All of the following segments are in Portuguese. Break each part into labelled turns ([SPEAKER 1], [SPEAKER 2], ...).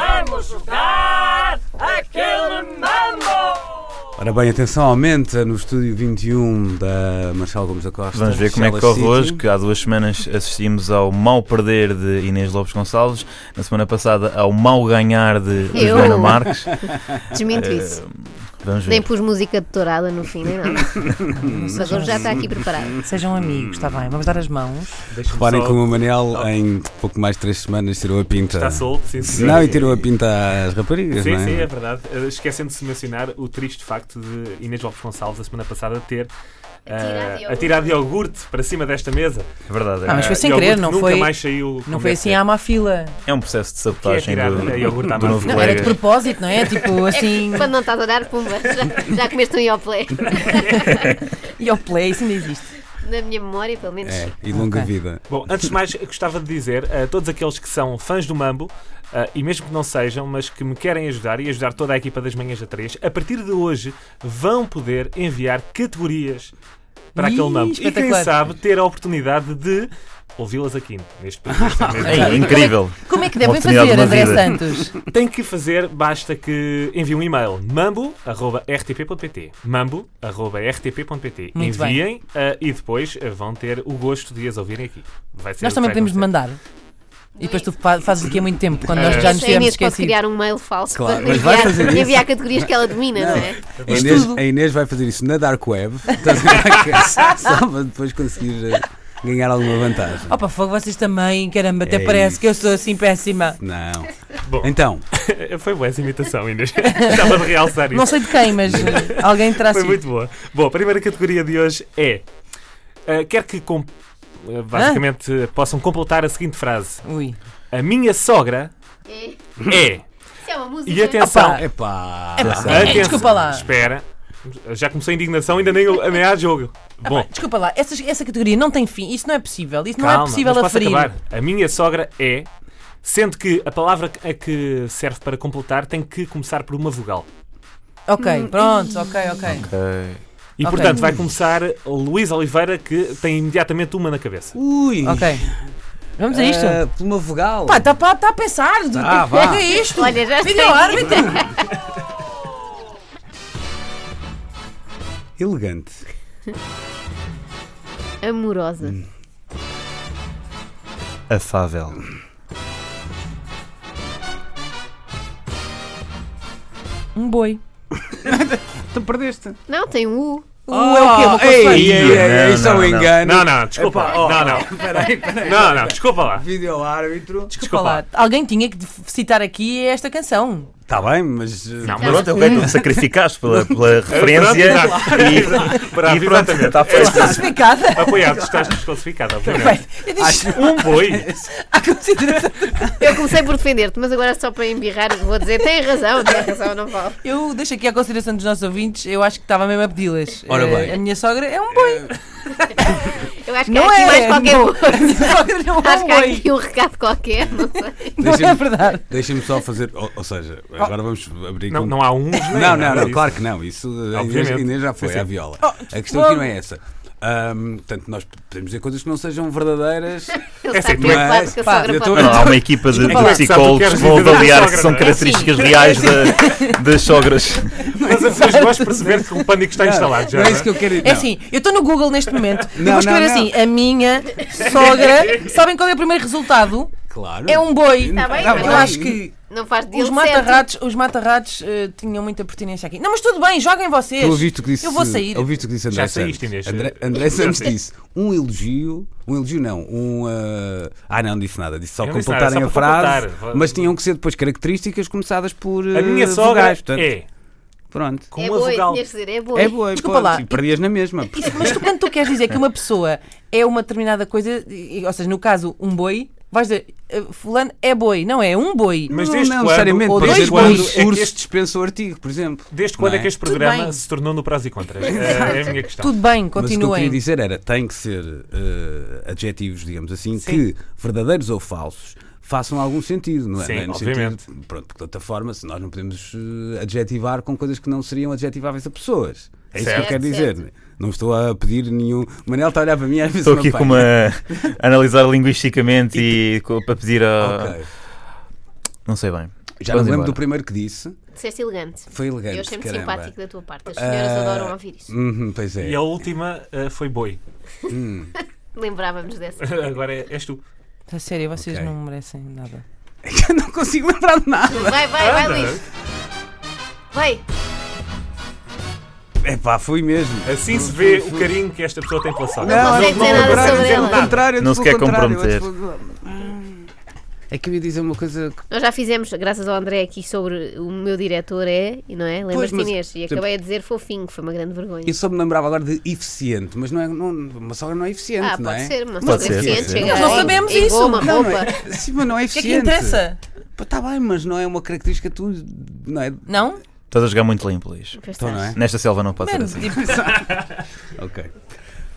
[SPEAKER 1] Vamos jogar aquele mambo!
[SPEAKER 2] Ora bem, atenção aumenta no estúdio 21 da Marcelo Gomes da Costa.
[SPEAKER 3] Vamos ver como é que
[SPEAKER 2] Sela
[SPEAKER 3] corre hoje,
[SPEAKER 2] City.
[SPEAKER 3] que há duas semanas assistimos ao mau perder de Inês Lopes Gonçalves, na semana passada ao mau ganhar de
[SPEAKER 4] Eu.
[SPEAKER 3] Joana Marques.
[SPEAKER 4] Desmento
[SPEAKER 2] É,
[SPEAKER 3] Eh,
[SPEAKER 4] isso.
[SPEAKER 2] hum.
[SPEAKER 3] Vamos ver.
[SPEAKER 4] Nem pus música de tourada no fim, nem nada. Mas hoje já está aqui
[SPEAKER 2] Hum.
[SPEAKER 4] preparado.
[SPEAKER 5] Uhum. Sejam amigos, está bem? Vamos dar as mãos.
[SPEAKER 2] Reparem
[SPEAKER 6] Só
[SPEAKER 2] como o Manel, em pouco mais de 3 semanas, tirou a pinta.
[SPEAKER 6] Está solto, sim, sim.
[SPEAKER 2] Não, e tirou a pinta às raparigas,
[SPEAKER 6] Sim,
[SPEAKER 2] não é?
[SPEAKER 6] sim, é verdade. Eh, Esquecendo de se mencionar o triste facto de Inês Lopes Gonçalves, a semana passada, ter
[SPEAKER 4] Atirado
[SPEAKER 6] eh,
[SPEAKER 4] iogurte.
[SPEAKER 6] atirado iogurte para cima desta mesa.
[SPEAKER 3] É verdade. é-
[SPEAKER 5] Ah, mas foi sem
[SPEAKER 6] Eh,
[SPEAKER 5] querer,
[SPEAKER 6] iogurte
[SPEAKER 5] não
[SPEAKER 6] nunca
[SPEAKER 5] foi-
[SPEAKER 6] mais saiu.
[SPEAKER 5] Não
[SPEAKER 6] como
[SPEAKER 5] foi
[SPEAKER 6] deve
[SPEAKER 5] assim
[SPEAKER 6] ser.
[SPEAKER 5] à má fila.
[SPEAKER 3] É um processo de
[SPEAKER 6] Que é
[SPEAKER 3] sabotagem
[SPEAKER 6] tirar
[SPEAKER 3] do,
[SPEAKER 6] a iogurte à
[SPEAKER 3] do
[SPEAKER 6] má
[SPEAKER 3] novo
[SPEAKER 6] fila.
[SPEAKER 5] Não, era de
[SPEAKER 3] colega.
[SPEAKER 5] propósito, não é? Tipo assim.
[SPEAKER 4] Quando não estás a dar, pumba, já, já comeste um ioplé.
[SPEAKER 5] E ao play, isso ainda existe.
[SPEAKER 4] Na minha memória, pelo menos.
[SPEAKER 2] É, e longa
[SPEAKER 5] Ok.
[SPEAKER 2] vida.
[SPEAKER 6] Bom, antes de mais, eu gostava de dizer a todos aqueles que são fãs do Mambo, ah, e mesmo que não sejam, mas que me querem ajudar e ajudar toda a equipa das Manhãs da 3, a partir de hoje vão poder enviar categorias para
[SPEAKER 5] Ih,
[SPEAKER 6] aquele Mambo. E quem
[SPEAKER 5] espetacular.
[SPEAKER 6] sabe ter a oportunidade de ouvi-las aqui neste nesta mesa.
[SPEAKER 3] Ei, É incrível.
[SPEAKER 5] Como é que
[SPEAKER 3] Uma
[SPEAKER 5] devem
[SPEAKER 3] oportunidade
[SPEAKER 5] fazer,
[SPEAKER 3] de uma
[SPEAKER 5] André
[SPEAKER 3] vida.
[SPEAKER 5] Santos?
[SPEAKER 6] Tem que fazer, basta que envie um e-mail mambo.rtp.pt mambo.rtp.pt
[SPEAKER 5] Muito bem.
[SPEAKER 6] Enviem ah, e depois ah, vão ter o gosto de as ouvirem aqui. Vai ser
[SPEAKER 5] Nós também
[SPEAKER 6] vai
[SPEAKER 5] podemos
[SPEAKER 6] gostar.
[SPEAKER 5] mandar. E depois tu fa- fazes aqui há muito tempo, quando
[SPEAKER 6] É.
[SPEAKER 5] nós já nos
[SPEAKER 4] A
[SPEAKER 5] tivemos
[SPEAKER 4] Inês pode
[SPEAKER 5] esquecido.
[SPEAKER 4] criar um mail falso
[SPEAKER 2] Claro,
[SPEAKER 4] para
[SPEAKER 2] mas vai
[SPEAKER 4] enviar,
[SPEAKER 2] fazer isso.
[SPEAKER 4] enviar categorias que ela domina, não, é?
[SPEAKER 2] A Inês, a Inês vai fazer isso na Dark Web, então estás a ver? é só para depois conseguir eh, ganhar alguma vantagem.
[SPEAKER 5] Opa, fogo, vocês também, caramba, até
[SPEAKER 2] É
[SPEAKER 5] parece
[SPEAKER 2] isso.
[SPEAKER 5] que eu sou assim péssima.
[SPEAKER 2] Não.
[SPEAKER 6] Bom.
[SPEAKER 2] Então,
[SPEAKER 6] Foi boa essa imitação, Inês. Estava de realçar isso.
[SPEAKER 5] Não sei de quem, mas eh, alguém terá
[SPEAKER 6] Foi
[SPEAKER 5] sido.
[SPEAKER 6] muito boa. Bom, a primeira categoria de hoje é. ah, quero que com- ah, basicamente possam completar a seguinte frase:
[SPEAKER 5] Ui.
[SPEAKER 6] A minha sogra
[SPEAKER 4] É. Isso
[SPEAKER 6] é.
[SPEAKER 4] é uma música.
[SPEAKER 6] E atenção.
[SPEAKER 5] Opa,
[SPEAKER 2] epá.
[SPEAKER 5] Ah,
[SPEAKER 6] atenção.
[SPEAKER 5] desculpa lá.
[SPEAKER 6] Espera. Já começou a indignação, ainda nem, nem há jogo.
[SPEAKER 5] Tá
[SPEAKER 6] Bom,
[SPEAKER 5] Desculpa lá, essas- essa, categoria não tem fim, isso não é possível, isso não
[SPEAKER 6] calma,
[SPEAKER 5] é possível
[SPEAKER 6] mas
[SPEAKER 5] a
[SPEAKER 6] posso
[SPEAKER 5] ferir.
[SPEAKER 6] acabar. A minha sogra é. Sendo que a palavra a que serve para completar tem que começar por uma vogal.
[SPEAKER 5] Ok, pronto, ok, ok.
[SPEAKER 3] Ok.
[SPEAKER 6] E
[SPEAKER 5] Ok.
[SPEAKER 6] portanto vai começar Luís Oliveira, que tem imediatamente uma na cabeça.
[SPEAKER 2] Ui.
[SPEAKER 5] Ok. Vamos a isto?
[SPEAKER 6] Eh,
[SPEAKER 2] Ah, por uma vogal.
[SPEAKER 5] Pá, está a pensar.
[SPEAKER 2] Ah,
[SPEAKER 5] Ah,
[SPEAKER 2] vá.
[SPEAKER 5] pega isto.
[SPEAKER 4] Olha, já sei.
[SPEAKER 5] Filho árbitro.
[SPEAKER 2] Elegante.
[SPEAKER 4] Amorosa.
[SPEAKER 2] Hum.
[SPEAKER 3] Afável.
[SPEAKER 5] Um boi.
[SPEAKER 2] Tu perdeste.
[SPEAKER 4] Não, tem um U.
[SPEAKER 5] O é o quê? Uma
[SPEAKER 2] Ah, ei,
[SPEAKER 5] consoante?
[SPEAKER 2] ei, ei,
[SPEAKER 3] Não,
[SPEAKER 2] isso é
[SPEAKER 3] não,
[SPEAKER 2] um
[SPEAKER 3] não.
[SPEAKER 2] engano.
[SPEAKER 6] Não, não, desculpa.
[SPEAKER 2] Epá,
[SPEAKER 6] não, não.
[SPEAKER 2] Peraí, peraí.
[SPEAKER 6] Não, não, desculpa lá.
[SPEAKER 2] Vídeo árbitro.
[SPEAKER 5] Desculpa lá. Alguém tinha que def- citar aqui esta canção.
[SPEAKER 2] Está bem, mas. eh,
[SPEAKER 6] Não, mas É
[SPEAKER 3] Pronto, é o que tu me sacrificaste pela, pela referência. e,
[SPEAKER 6] Bravo,
[SPEAKER 3] e pronto,
[SPEAKER 6] exatamente. É
[SPEAKER 3] está feito.
[SPEAKER 5] Classificada.
[SPEAKER 6] Apoiado, estás desclassificado, obviamente.
[SPEAKER 5] Bem, eu disse
[SPEAKER 6] Um boi.
[SPEAKER 5] a consideração.
[SPEAKER 4] Eu comecei por defender-te, mas agora só para embirrar vou dizer: tem razão, tem razão, não vale.
[SPEAKER 5] Eu deixo aqui à consideração dos nossos ouvintes. Eu acho que estava mesmo a pedi-las.
[SPEAKER 2] Ora
[SPEAKER 5] Eh,
[SPEAKER 2] bem.
[SPEAKER 5] A minha sogra é um boi.
[SPEAKER 4] Eu acho que
[SPEAKER 5] Não
[SPEAKER 4] há aqui
[SPEAKER 5] é?
[SPEAKER 4] mais qualquer
[SPEAKER 5] não.
[SPEAKER 4] coisa.
[SPEAKER 5] A minha sogra não é
[SPEAKER 4] Acho
[SPEAKER 5] um
[SPEAKER 4] que há
[SPEAKER 5] boi.
[SPEAKER 4] aqui um recado qualquer, não sei.
[SPEAKER 5] Não é
[SPEAKER 2] Deixa-me-
[SPEAKER 5] verdade.
[SPEAKER 2] Deixa-me só fazer. Ou, ou seja, agora vamos abrir.
[SPEAKER 6] Não,
[SPEAKER 2] com-
[SPEAKER 6] não há um. nem
[SPEAKER 2] não,
[SPEAKER 6] nada
[SPEAKER 2] não, não,
[SPEAKER 6] disso.
[SPEAKER 2] claro que não. Isso a Inês,
[SPEAKER 6] Obviamente.
[SPEAKER 2] a Inês já foi
[SPEAKER 6] Sim, sim.
[SPEAKER 2] à viola.
[SPEAKER 5] Oh,
[SPEAKER 2] a questão aqui não é essa. Ahm, portanto, nós podemos dizer coisas que não sejam verdadeiras.
[SPEAKER 4] Ele
[SPEAKER 6] Essa é
[SPEAKER 4] está
[SPEAKER 6] que
[SPEAKER 4] tudo
[SPEAKER 2] é-
[SPEAKER 4] quase que a
[SPEAKER 5] Pá,
[SPEAKER 4] sogra
[SPEAKER 2] eu
[SPEAKER 4] pode.
[SPEAKER 2] tô-
[SPEAKER 3] Não, há uma equipa de, de
[SPEAKER 6] Desculpa lá.
[SPEAKER 3] psicólogos que vão
[SPEAKER 6] Sabe o que queres
[SPEAKER 3] avaliar se
[SPEAKER 6] dizer
[SPEAKER 3] são
[SPEAKER 6] da é?
[SPEAKER 3] características reais da- das sogras.
[SPEAKER 6] Mas, mas gosto de perceber que o pânico está instalado já.
[SPEAKER 2] não é isso que eu quero dizer.
[SPEAKER 5] É assim, eu estou no Google neste momento.
[SPEAKER 2] Não,
[SPEAKER 5] eu vou escrever
[SPEAKER 2] não, não.
[SPEAKER 5] assim: a minha sogra. Sabem qual é o primeiro resultado?
[SPEAKER 2] Claro.
[SPEAKER 5] É um boi.
[SPEAKER 4] Tá bem,
[SPEAKER 2] Tá
[SPEAKER 4] mas
[SPEAKER 5] Eu
[SPEAKER 4] não-
[SPEAKER 5] acho que
[SPEAKER 4] Não faz de
[SPEAKER 5] Os mata-ratos os mata tinham muita pertinência aqui. Não, mas tudo bem, joguem vocês.
[SPEAKER 2] Tu ouviste o que disse,
[SPEAKER 5] Eu vou sair.
[SPEAKER 2] Ouviste o que disse André
[SPEAKER 6] Já saíste,
[SPEAKER 2] Santos.
[SPEAKER 6] Inês.
[SPEAKER 2] André, André Santos
[SPEAKER 6] sei.
[SPEAKER 2] disse um elogio, um elogio não, um. ah, ah, não disse nada, disse só
[SPEAKER 6] Eu não disse
[SPEAKER 2] completarem
[SPEAKER 6] nada,
[SPEAKER 2] a
[SPEAKER 6] só para
[SPEAKER 2] frase,
[SPEAKER 6] completar.
[SPEAKER 2] mas tinham que ser depois características começadas por.
[SPEAKER 6] A minha
[SPEAKER 2] ah,
[SPEAKER 6] sogra
[SPEAKER 2] vogais, portanto,
[SPEAKER 6] é.
[SPEAKER 2] Pronto.
[SPEAKER 6] Com
[SPEAKER 4] É
[SPEAKER 6] uma
[SPEAKER 4] boi,
[SPEAKER 6] vogal.
[SPEAKER 4] tinhas de dizer, é boi.
[SPEAKER 2] É boa,
[SPEAKER 5] Desculpa
[SPEAKER 2] pode.
[SPEAKER 5] lá.
[SPEAKER 2] E perdias na mesma.
[SPEAKER 5] Isso, mas tu, quando tu queres dizer que uma pessoa é uma determinada coisa, e- ou seja, no caso, um boi, vais dizer eh, Fulano é boi. Não, é um boi.
[SPEAKER 6] Mas
[SPEAKER 2] não,
[SPEAKER 6] desde
[SPEAKER 2] não
[SPEAKER 6] quando-
[SPEAKER 2] necessariamente.
[SPEAKER 6] ou
[SPEAKER 2] Pode
[SPEAKER 5] dois
[SPEAKER 2] ser quando
[SPEAKER 5] bois.
[SPEAKER 6] é que
[SPEAKER 2] urso
[SPEAKER 6] este-
[SPEAKER 2] dispensa o artigo, por exemplo.
[SPEAKER 6] Desde quando
[SPEAKER 2] Não
[SPEAKER 6] é que este
[SPEAKER 5] Tudo
[SPEAKER 6] programa
[SPEAKER 5] bem.
[SPEAKER 6] se tornou no prós e contras? É a minha questão.
[SPEAKER 5] Tudo bem,
[SPEAKER 2] Mas o que eu queria
[SPEAKER 5] continuem.
[SPEAKER 2] dizer era, tem que ser eh, adjetivos, digamos assim, que verdadeiros ou falsos façam algum sentido, não é?
[SPEAKER 6] Sim,
[SPEAKER 2] Não é? No
[SPEAKER 6] obviamente.
[SPEAKER 2] sentido- pronto, porque de outra forma, se nós não podemos eh, adjetivar com coisas que não seriam adjetiváveis a pessoas. É isso que eu
[SPEAKER 4] Certo.
[SPEAKER 2] quero
[SPEAKER 4] Certo,
[SPEAKER 2] dizer. Não estou a pedir nenhum. Manel está a olhar para mim às vezes.
[SPEAKER 3] Estou
[SPEAKER 2] não
[SPEAKER 3] aqui
[SPEAKER 2] para.
[SPEAKER 3] com uma. a analisar linguisticamente e, co- para pedir a.
[SPEAKER 2] Ok.
[SPEAKER 3] Não sei bem.
[SPEAKER 2] Já não
[SPEAKER 3] Vamos
[SPEAKER 2] me lembro
[SPEAKER 3] ah, embora.
[SPEAKER 2] do primeiro que disse.
[SPEAKER 4] Disseste elegante.
[SPEAKER 2] Foi elegante.
[SPEAKER 4] Eu achei muito
[SPEAKER 2] caramba.
[SPEAKER 4] simpático da tua parte. As senhoras
[SPEAKER 2] Ah,
[SPEAKER 4] adoram ouvir isso.
[SPEAKER 2] Uhum, pois é.
[SPEAKER 6] E a última eh, foi boi.
[SPEAKER 4] Lembrávamos dessa.
[SPEAKER 6] Agora é- és tu.
[SPEAKER 5] A sério, vocês
[SPEAKER 2] Ok.
[SPEAKER 5] não merecem nada.
[SPEAKER 2] Eu não consigo lembrar de nada.
[SPEAKER 4] Vai, vai, vai, Luís. Vai.
[SPEAKER 2] É pá, fui mesmo.
[SPEAKER 6] Assim se vê o carinho que esta pessoa tem pela Sara.
[SPEAKER 4] Não,
[SPEAKER 2] é
[SPEAKER 4] consegue dizer nada sobre ela.
[SPEAKER 2] pelo contrário,
[SPEAKER 3] Não se quer
[SPEAKER 2] pelo contrário,
[SPEAKER 3] comprometer.
[SPEAKER 2] antes pelo- É que eu ia dizer uma coisa que
[SPEAKER 4] Nós já fizemos, graças ao André aqui, sobre o meu diretor é, e não é?
[SPEAKER 2] Pois,
[SPEAKER 4] Lembras-te,
[SPEAKER 2] mas, tipo,
[SPEAKER 4] Inês? E
[SPEAKER 2] por
[SPEAKER 4] acabei a dizer fofinho, que foi uma grande vergonha.
[SPEAKER 2] eu só me lembrava agora de eficiente, mas não é, não, uma sogra não é eficiente,
[SPEAKER 4] ah,
[SPEAKER 2] não
[SPEAKER 4] pode
[SPEAKER 2] é?
[SPEAKER 4] ser, uma
[SPEAKER 3] Pode
[SPEAKER 4] sogra
[SPEAKER 3] ser,
[SPEAKER 4] eficiente,
[SPEAKER 3] pode ser.
[SPEAKER 4] chega
[SPEAKER 5] Nós não
[SPEAKER 4] em-
[SPEAKER 5] sabemos
[SPEAKER 4] em
[SPEAKER 5] isso.
[SPEAKER 4] goma,
[SPEAKER 2] Não, não
[SPEAKER 4] roupa.
[SPEAKER 2] é, sim, mas não é
[SPEAKER 5] O que é
[SPEAKER 2] eficiente.
[SPEAKER 5] que interessa?
[SPEAKER 2] Está bem, mas não é uma característica tu, não é?
[SPEAKER 5] Não?
[SPEAKER 3] Estás a jogar muito limpo, Luís.
[SPEAKER 4] Pois
[SPEAKER 2] Então, não
[SPEAKER 4] estás.
[SPEAKER 2] é?
[SPEAKER 3] Nesta selva não pode
[SPEAKER 5] Mano,
[SPEAKER 3] ser assim.
[SPEAKER 5] tipo,
[SPEAKER 2] Ok.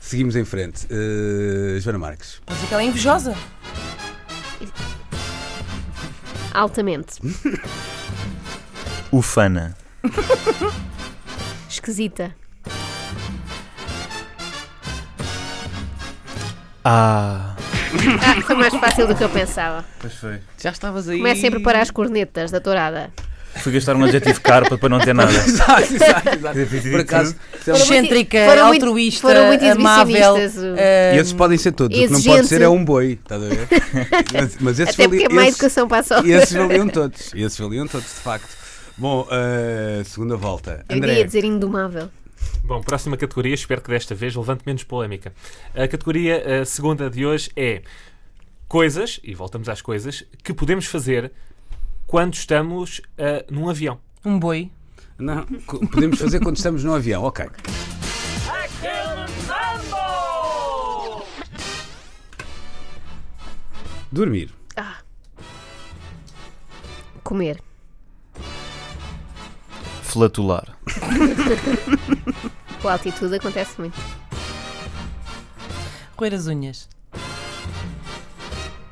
[SPEAKER 2] Seguimos em frente. Eh, Joana Marques.
[SPEAKER 5] pode ser que ela é invejosa.
[SPEAKER 4] Altamente.
[SPEAKER 2] Hum?
[SPEAKER 3] Ufana.
[SPEAKER 4] Esquisita.
[SPEAKER 3] Ah.
[SPEAKER 4] Ah, foi mais fácil do que eu pensava.
[SPEAKER 3] Pois foi.
[SPEAKER 2] Já estavas aí.
[SPEAKER 4] Comecem a preparar as cornetas da tourada.
[SPEAKER 3] Fui gastar um adjetivo caro para depois não ter nada.
[SPEAKER 2] Exato, exato, exato. Por acaso, sei lá,
[SPEAKER 4] muito-
[SPEAKER 5] Excêntrica,
[SPEAKER 4] foram muito-
[SPEAKER 5] altruísta,
[SPEAKER 4] foram muito
[SPEAKER 5] amável.
[SPEAKER 4] exibicionistas, o-
[SPEAKER 5] ah,
[SPEAKER 2] e esses podem ser todos. O que não
[SPEAKER 4] exigente.
[SPEAKER 2] pode ser é um boi, estás a ver? Mas, mas esses,
[SPEAKER 4] Até porque é
[SPEAKER 2] valiam-
[SPEAKER 4] má
[SPEAKER 2] esses-
[SPEAKER 4] educação para a sogra.
[SPEAKER 2] E esses valiam todos. Esses valiam todos, de facto. Bom, eh, segunda volta.
[SPEAKER 4] Eu ia
[SPEAKER 2] André.
[SPEAKER 4] dizer indomável.
[SPEAKER 6] Bom, próxima categoria, espero que desta vez levante menos polémica. A categoria eh, segunda de hoje é coisas, e voltamos às coisas, que podemos fazer quando estamos eh, num avião.
[SPEAKER 5] um boi.
[SPEAKER 2] Não, co- podemos fazer quando estamos no avião, ok.
[SPEAKER 1] Aquele mambo!
[SPEAKER 2] Dormir.
[SPEAKER 4] Ah. Comer.
[SPEAKER 3] Flatular.
[SPEAKER 4] Com a altitude acontece muito.
[SPEAKER 5] Roer as unhas.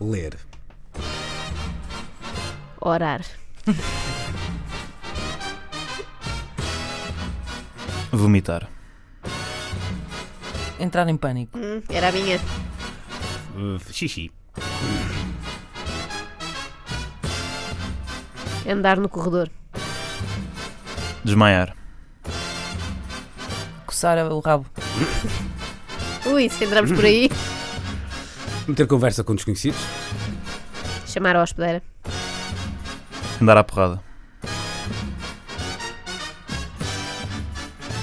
[SPEAKER 2] Ler.
[SPEAKER 4] Orar.
[SPEAKER 3] Vomitar.
[SPEAKER 5] Entrar em pânico.
[SPEAKER 4] Hum, era a minha.
[SPEAKER 2] xixi.
[SPEAKER 4] Andar no corredor.
[SPEAKER 3] Desmaiar.
[SPEAKER 5] Coçar o rabo.
[SPEAKER 4] Ui, se entramos por aí.
[SPEAKER 2] Meter conversa com desconhecidos.
[SPEAKER 4] Chamar a hospedeira.
[SPEAKER 3] Andar à porrada.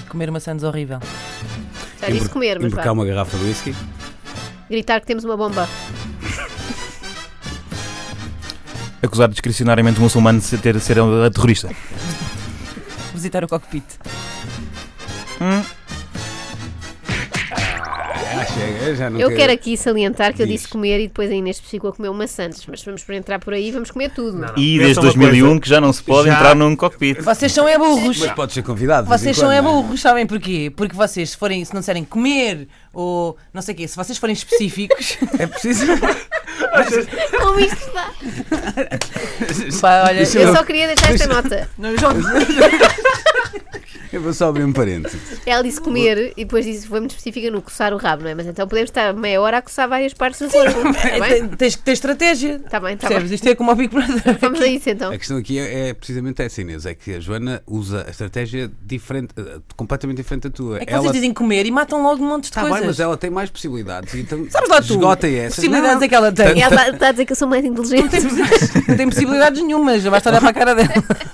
[SPEAKER 5] Comer maçãs horrível.
[SPEAKER 4] Já disse
[SPEAKER 2] Embro-
[SPEAKER 4] comer, mas
[SPEAKER 2] Embrocar
[SPEAKER 4] vá.
[SPEAKER 2] uma garrafa de whisky.
[SPEAKER 4] Gritar que temos uma bomba.
[SPEAKER 3] Acusar discricionariamente um muçulmano de ser- ter, ser um terrorista.
[SPEAKER 5] Visitar o cockpit.
[SPEAKER 2] Ah, chega, já não
[SPEAKER 4] Eu quero aqui salientar que eu
[SPEAKER 2] Diz.
[SPEAKER 4] disse comer e depois a Inês Psicou comeu maçãs. Mas vamos por entrar por aí vamos comer tudo.
[SPEAKER 3] E
[SPEAKER 2] é
[SPEAKER 6] Pensa
[SPEAKER 3] desde
[SPEAKER 6] uma
[SPEAKER 3] 2001 que já não se pode
[SPEAKER 6] Já.
[SPEAKER 3] entrar num cockpit.
[SPEAKER 5] Vocês são é burros.
[SPEAKER 2] Mas podes ser convidado. de vez em
[SPEAKER 5] Vocês são
[SPEAKER 2] quando,
[SPEAKER 5] é
[SPEAKER 2] não
[SPEAKER 5] burros, sabem porquê? Porque vocês, se forem, se não disserem comer ou não sei o quê, se vocês forem específicos,
[SPEAKER 2] É preciso.
[SPEAKER 4] Como isto está?
[SPEAKER 5] pá, olha,
[SPEAKER 2] Isso é
[SPEAKER 4] Eu só queria deixar esta nota.
[SPEAKER 5] não jogo.
[SPEAKER 2] Eu vou só abrir um parênteses.
[SPEAKER 4] Ela disse comer e depois disse, foi muito específica no coçar o rabo, não é? Mas então podemos estar meia hora a coçar várias partes do corpo.
[SPEAKER 2] é
[SPEAKER 4] Está bem?
[SPEAKER 5] é, Tens que ter estratégia.
[SPEAKER 4] Está Tá bem, está
[SPEAKER 5] Percebes?
[SPEAKER 4] bem.
[SPEAKER 5] Isto é como ao Big Brother.
[SPEAKER 4] Vamos a isso então.
[SPEAKER 2] A questão aqui é, é precisamente essa, Inês. É que a Joana usa a estratégia diferente, eh, completamente diferente da tua.
[SPEAKER 5] É que
[SPEAKER 2] ela
[SPEAKER 5] vocês dizem comer e matam logo um monte de
[SPEAKER 2] Está
[SPEAKER 5] coisas.
[SPEAKER 2] bem, mas ela tem mais possibilidades. Então,
[SPEAKER 5] Sabes lá tu,
[SPEAKER 2] esgota essas.
[SPEAKER 5] possibilidades
[SPEAKER 2] Não,
[SPEAKER 5] é que ela tem.
[SPEAKER 4] E Ela está a dizer que eu sou mais
[SPEAKER 5] Não
[SPEAKER 4] inteligente.
[SPEAKER 5] tem, não tem possibilidades nenhumas, já basta olhar para a cara dela.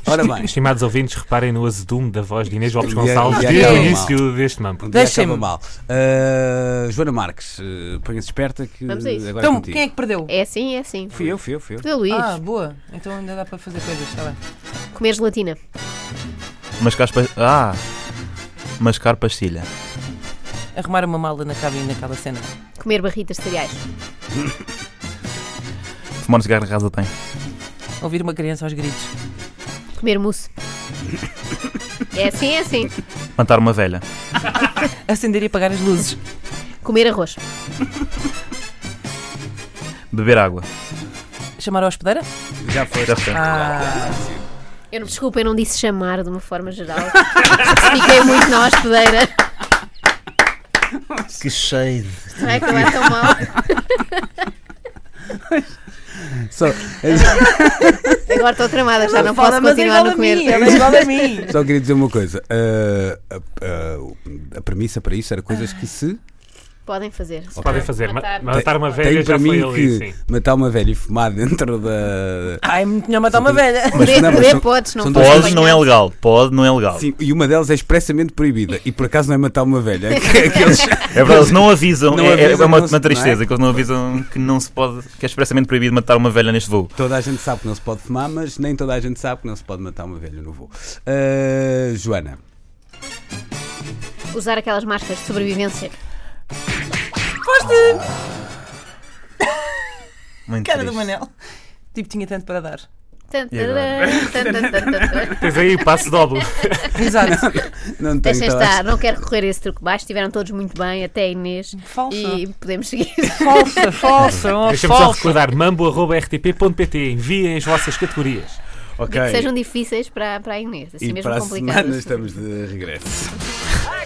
[SPEAKER 2] Ora bem,
[SPEAKER 6] Estimados ouvintes, reparem no azedume da voz de Inês Lopes
[SPEAKER 2] E é-
[SPEAKER 6] Gonçalves
[SPEAKER 2] e é
[SPEAKER 6] desde o
[SPEAKER 5] normal.
[SPEAKER 6] início deste mambo.
[SPEAKER 2] um dia
[SPEAKER 5] Deixem-me.
[SPEAKER 2] acaba mal. Ah, Joana Marques, eh, ponha-se esperta que
[SPEAKER 4] Vamos a isso.
[SPEAKER 2] agora é
[SPEAKER 5] Então,
[SPEAKER 2] contigo.
[SPEAKER 5] quem é que perdeu?
[SPEAKER 4] É assim, é assim.
[SPEAKER 2] Fui eu, fui eu, fui eu.
[SPEAKER 4] Fui o Luís,
[SPEAKER 5] Ah, boa. Então ainda dá para fazer coisas, está bem.
[SPEAKER 4] comer gelatina.
[SPEAKER 3] Mas caspa. Ah! Mascar pastilha.
[SPEAKER 5] Arrumar uma mala na cabine naquela cena.
[SPEAKER 4] Comer barritas de cereais.
[SPEAKER 3] Fumar um cigarro na casa tem.
[SPEAKER 5] Ouvir uma criança aos gritos.
[SPEAKER 4] Comer mousse. É assim, é assim.
[SPEAKER 3] Matar uma velha.
[SPEAKER 5] Acender e apagar as luzes.
[SPEAKER 4] Comer arroz.
[SPEAKER 3] Beber água.
[SPEAKER 5] Chamar a hospedeira?
[SPEAKER 2] Já foi.
[SPEAKER 3] Já foi.
[SPEAKER 5] Ah,
[SPEAKER 4] Eu não, desculpa, eu não disse chamar de uma forma geral. Fiquei muito na hospedeira.
[SPEAKER 3] Que cheio.
[SPEAKER 4] Isto Vai acabar tão mal.
[SPEAKER 2] Só-
[SPEAKER 4] Agora estou tramada, já não
[SPEAKER 5] Fala,
[SPEAKER 4] posso
[SPEAKER 5] mas é
[SPEAKER 4] continuar
[SPEAKER 5] igual
[SPEAKER 4] no
[SPEAKER 5] a mim,
[SPEAKER 4] comer.
[SPEAKER 5] Ela é igual a mim.
[SPEAKER 2] Só queria dizer uma coisa. Ah, a, a- a premissa para isso era coisas que se.
[SPEAKER 4] Podem fazer.
[SPEAKER 6] Se podem fazer. Ma-
[SPEAKER 4] Matar.
[SPEAKER 6] Ah, Matar, uma velha
[SPEAKER 2] Tem
[SPEAKER 6] já
[SPEAKER 2] para
[SPEAKER 6] foi
[SPEAKER 2] mim
[SPEAKER 6] ali,
[SPEAKER 2] que
[SPEAKER 6] sim.
[SPEAKER 2] matar uma velha e fumar dentro da.
[SPEAKER 4] Ah,
[SPEAKER 5] Ai, me tinha matar uma velha.
[SPEAKER 4] Poder,
[SPEAKER 2] não, mas
[SPEAKER 4] poder,
[SPEAKER 2] são-
[SPEAKER 4] podes, não
[SPEAKER 2] são
[SPEAKER 4] podes.
[SPEAKER 2] duas-
[SPEAKER 3] Pode, não é legal. Pode, não é legal.
[SPEAKER 2] Sim, e uma delas é expressamente proibida. E por acaso não é matar uma velha. Que, que eles-
[SPEAKER 3] É verdade, eles não avisam.
[SPEAKER 2] Não
[SPEAKER 3] é, é- é
[SPEAKER 2] avisam,
[SPEAKER 3] uma,
[SPEAKER 2] não se-
[SPEAKER 3] uma tristeza
[SPEAKER 2] não é?
[SPEAKER 3] que eles não avisam que não se pode, que é expressamente proibido matar uma velha neste voo.
[SPEAKER 2] Toda a gente sabe que não se pode fumar, mas nem toda a gente sabe que não se pode matar uma velha no voo. Ah, Joana.
[SPEAKER 4] Usar aquelas máscaras de sobrevivência.
[SPEAKER 3] Muito
[SPEAKER 5] Cara do
[SPEAKER 3] triste.
[SPEAKER 5] Manel. Tipo, tinha tanto para dar.
[SPEAKER 4] Tan,
[SPEAKER 3] E agora?
[SPEAKER 4] tan, tan, tan, tan, tan.
[SPEAKER 6] Tens aí passo doble.
[SPEAKER 5] Exato.
[SPEAKER 2] Não tenho
[SPEAKER 4] Deixa
[SPEAKER 2] toda a-
[SPEAKER 4] estar, não quero correr esse truque baixo. Estiveram todos muito bem, até a Inês.
[SPEAKER 5] Falsa.
[SPEAKER 4] E podemos seguir.
[SPEAKER 5] Falsa, falsa, uma
[SPEAKER 6] Deixa-me só
[SPEAKER 5] falsa.
[SPEAKER 6] recordar: mambo.rtp.pt. Enviem as vossas categorias.
[SPEAKER 2] Ok.
[SPEAKER 4] Sejam difíceis para, para a Inês, assim
[SPEAKER 2] E
[SPEAKER 4] mesmo
[SPEAKER 2] para a
[SPEAKER 4] complicadas.
[SPEAKER 2] semana estamos de regresso.
[SPEAKER 1] I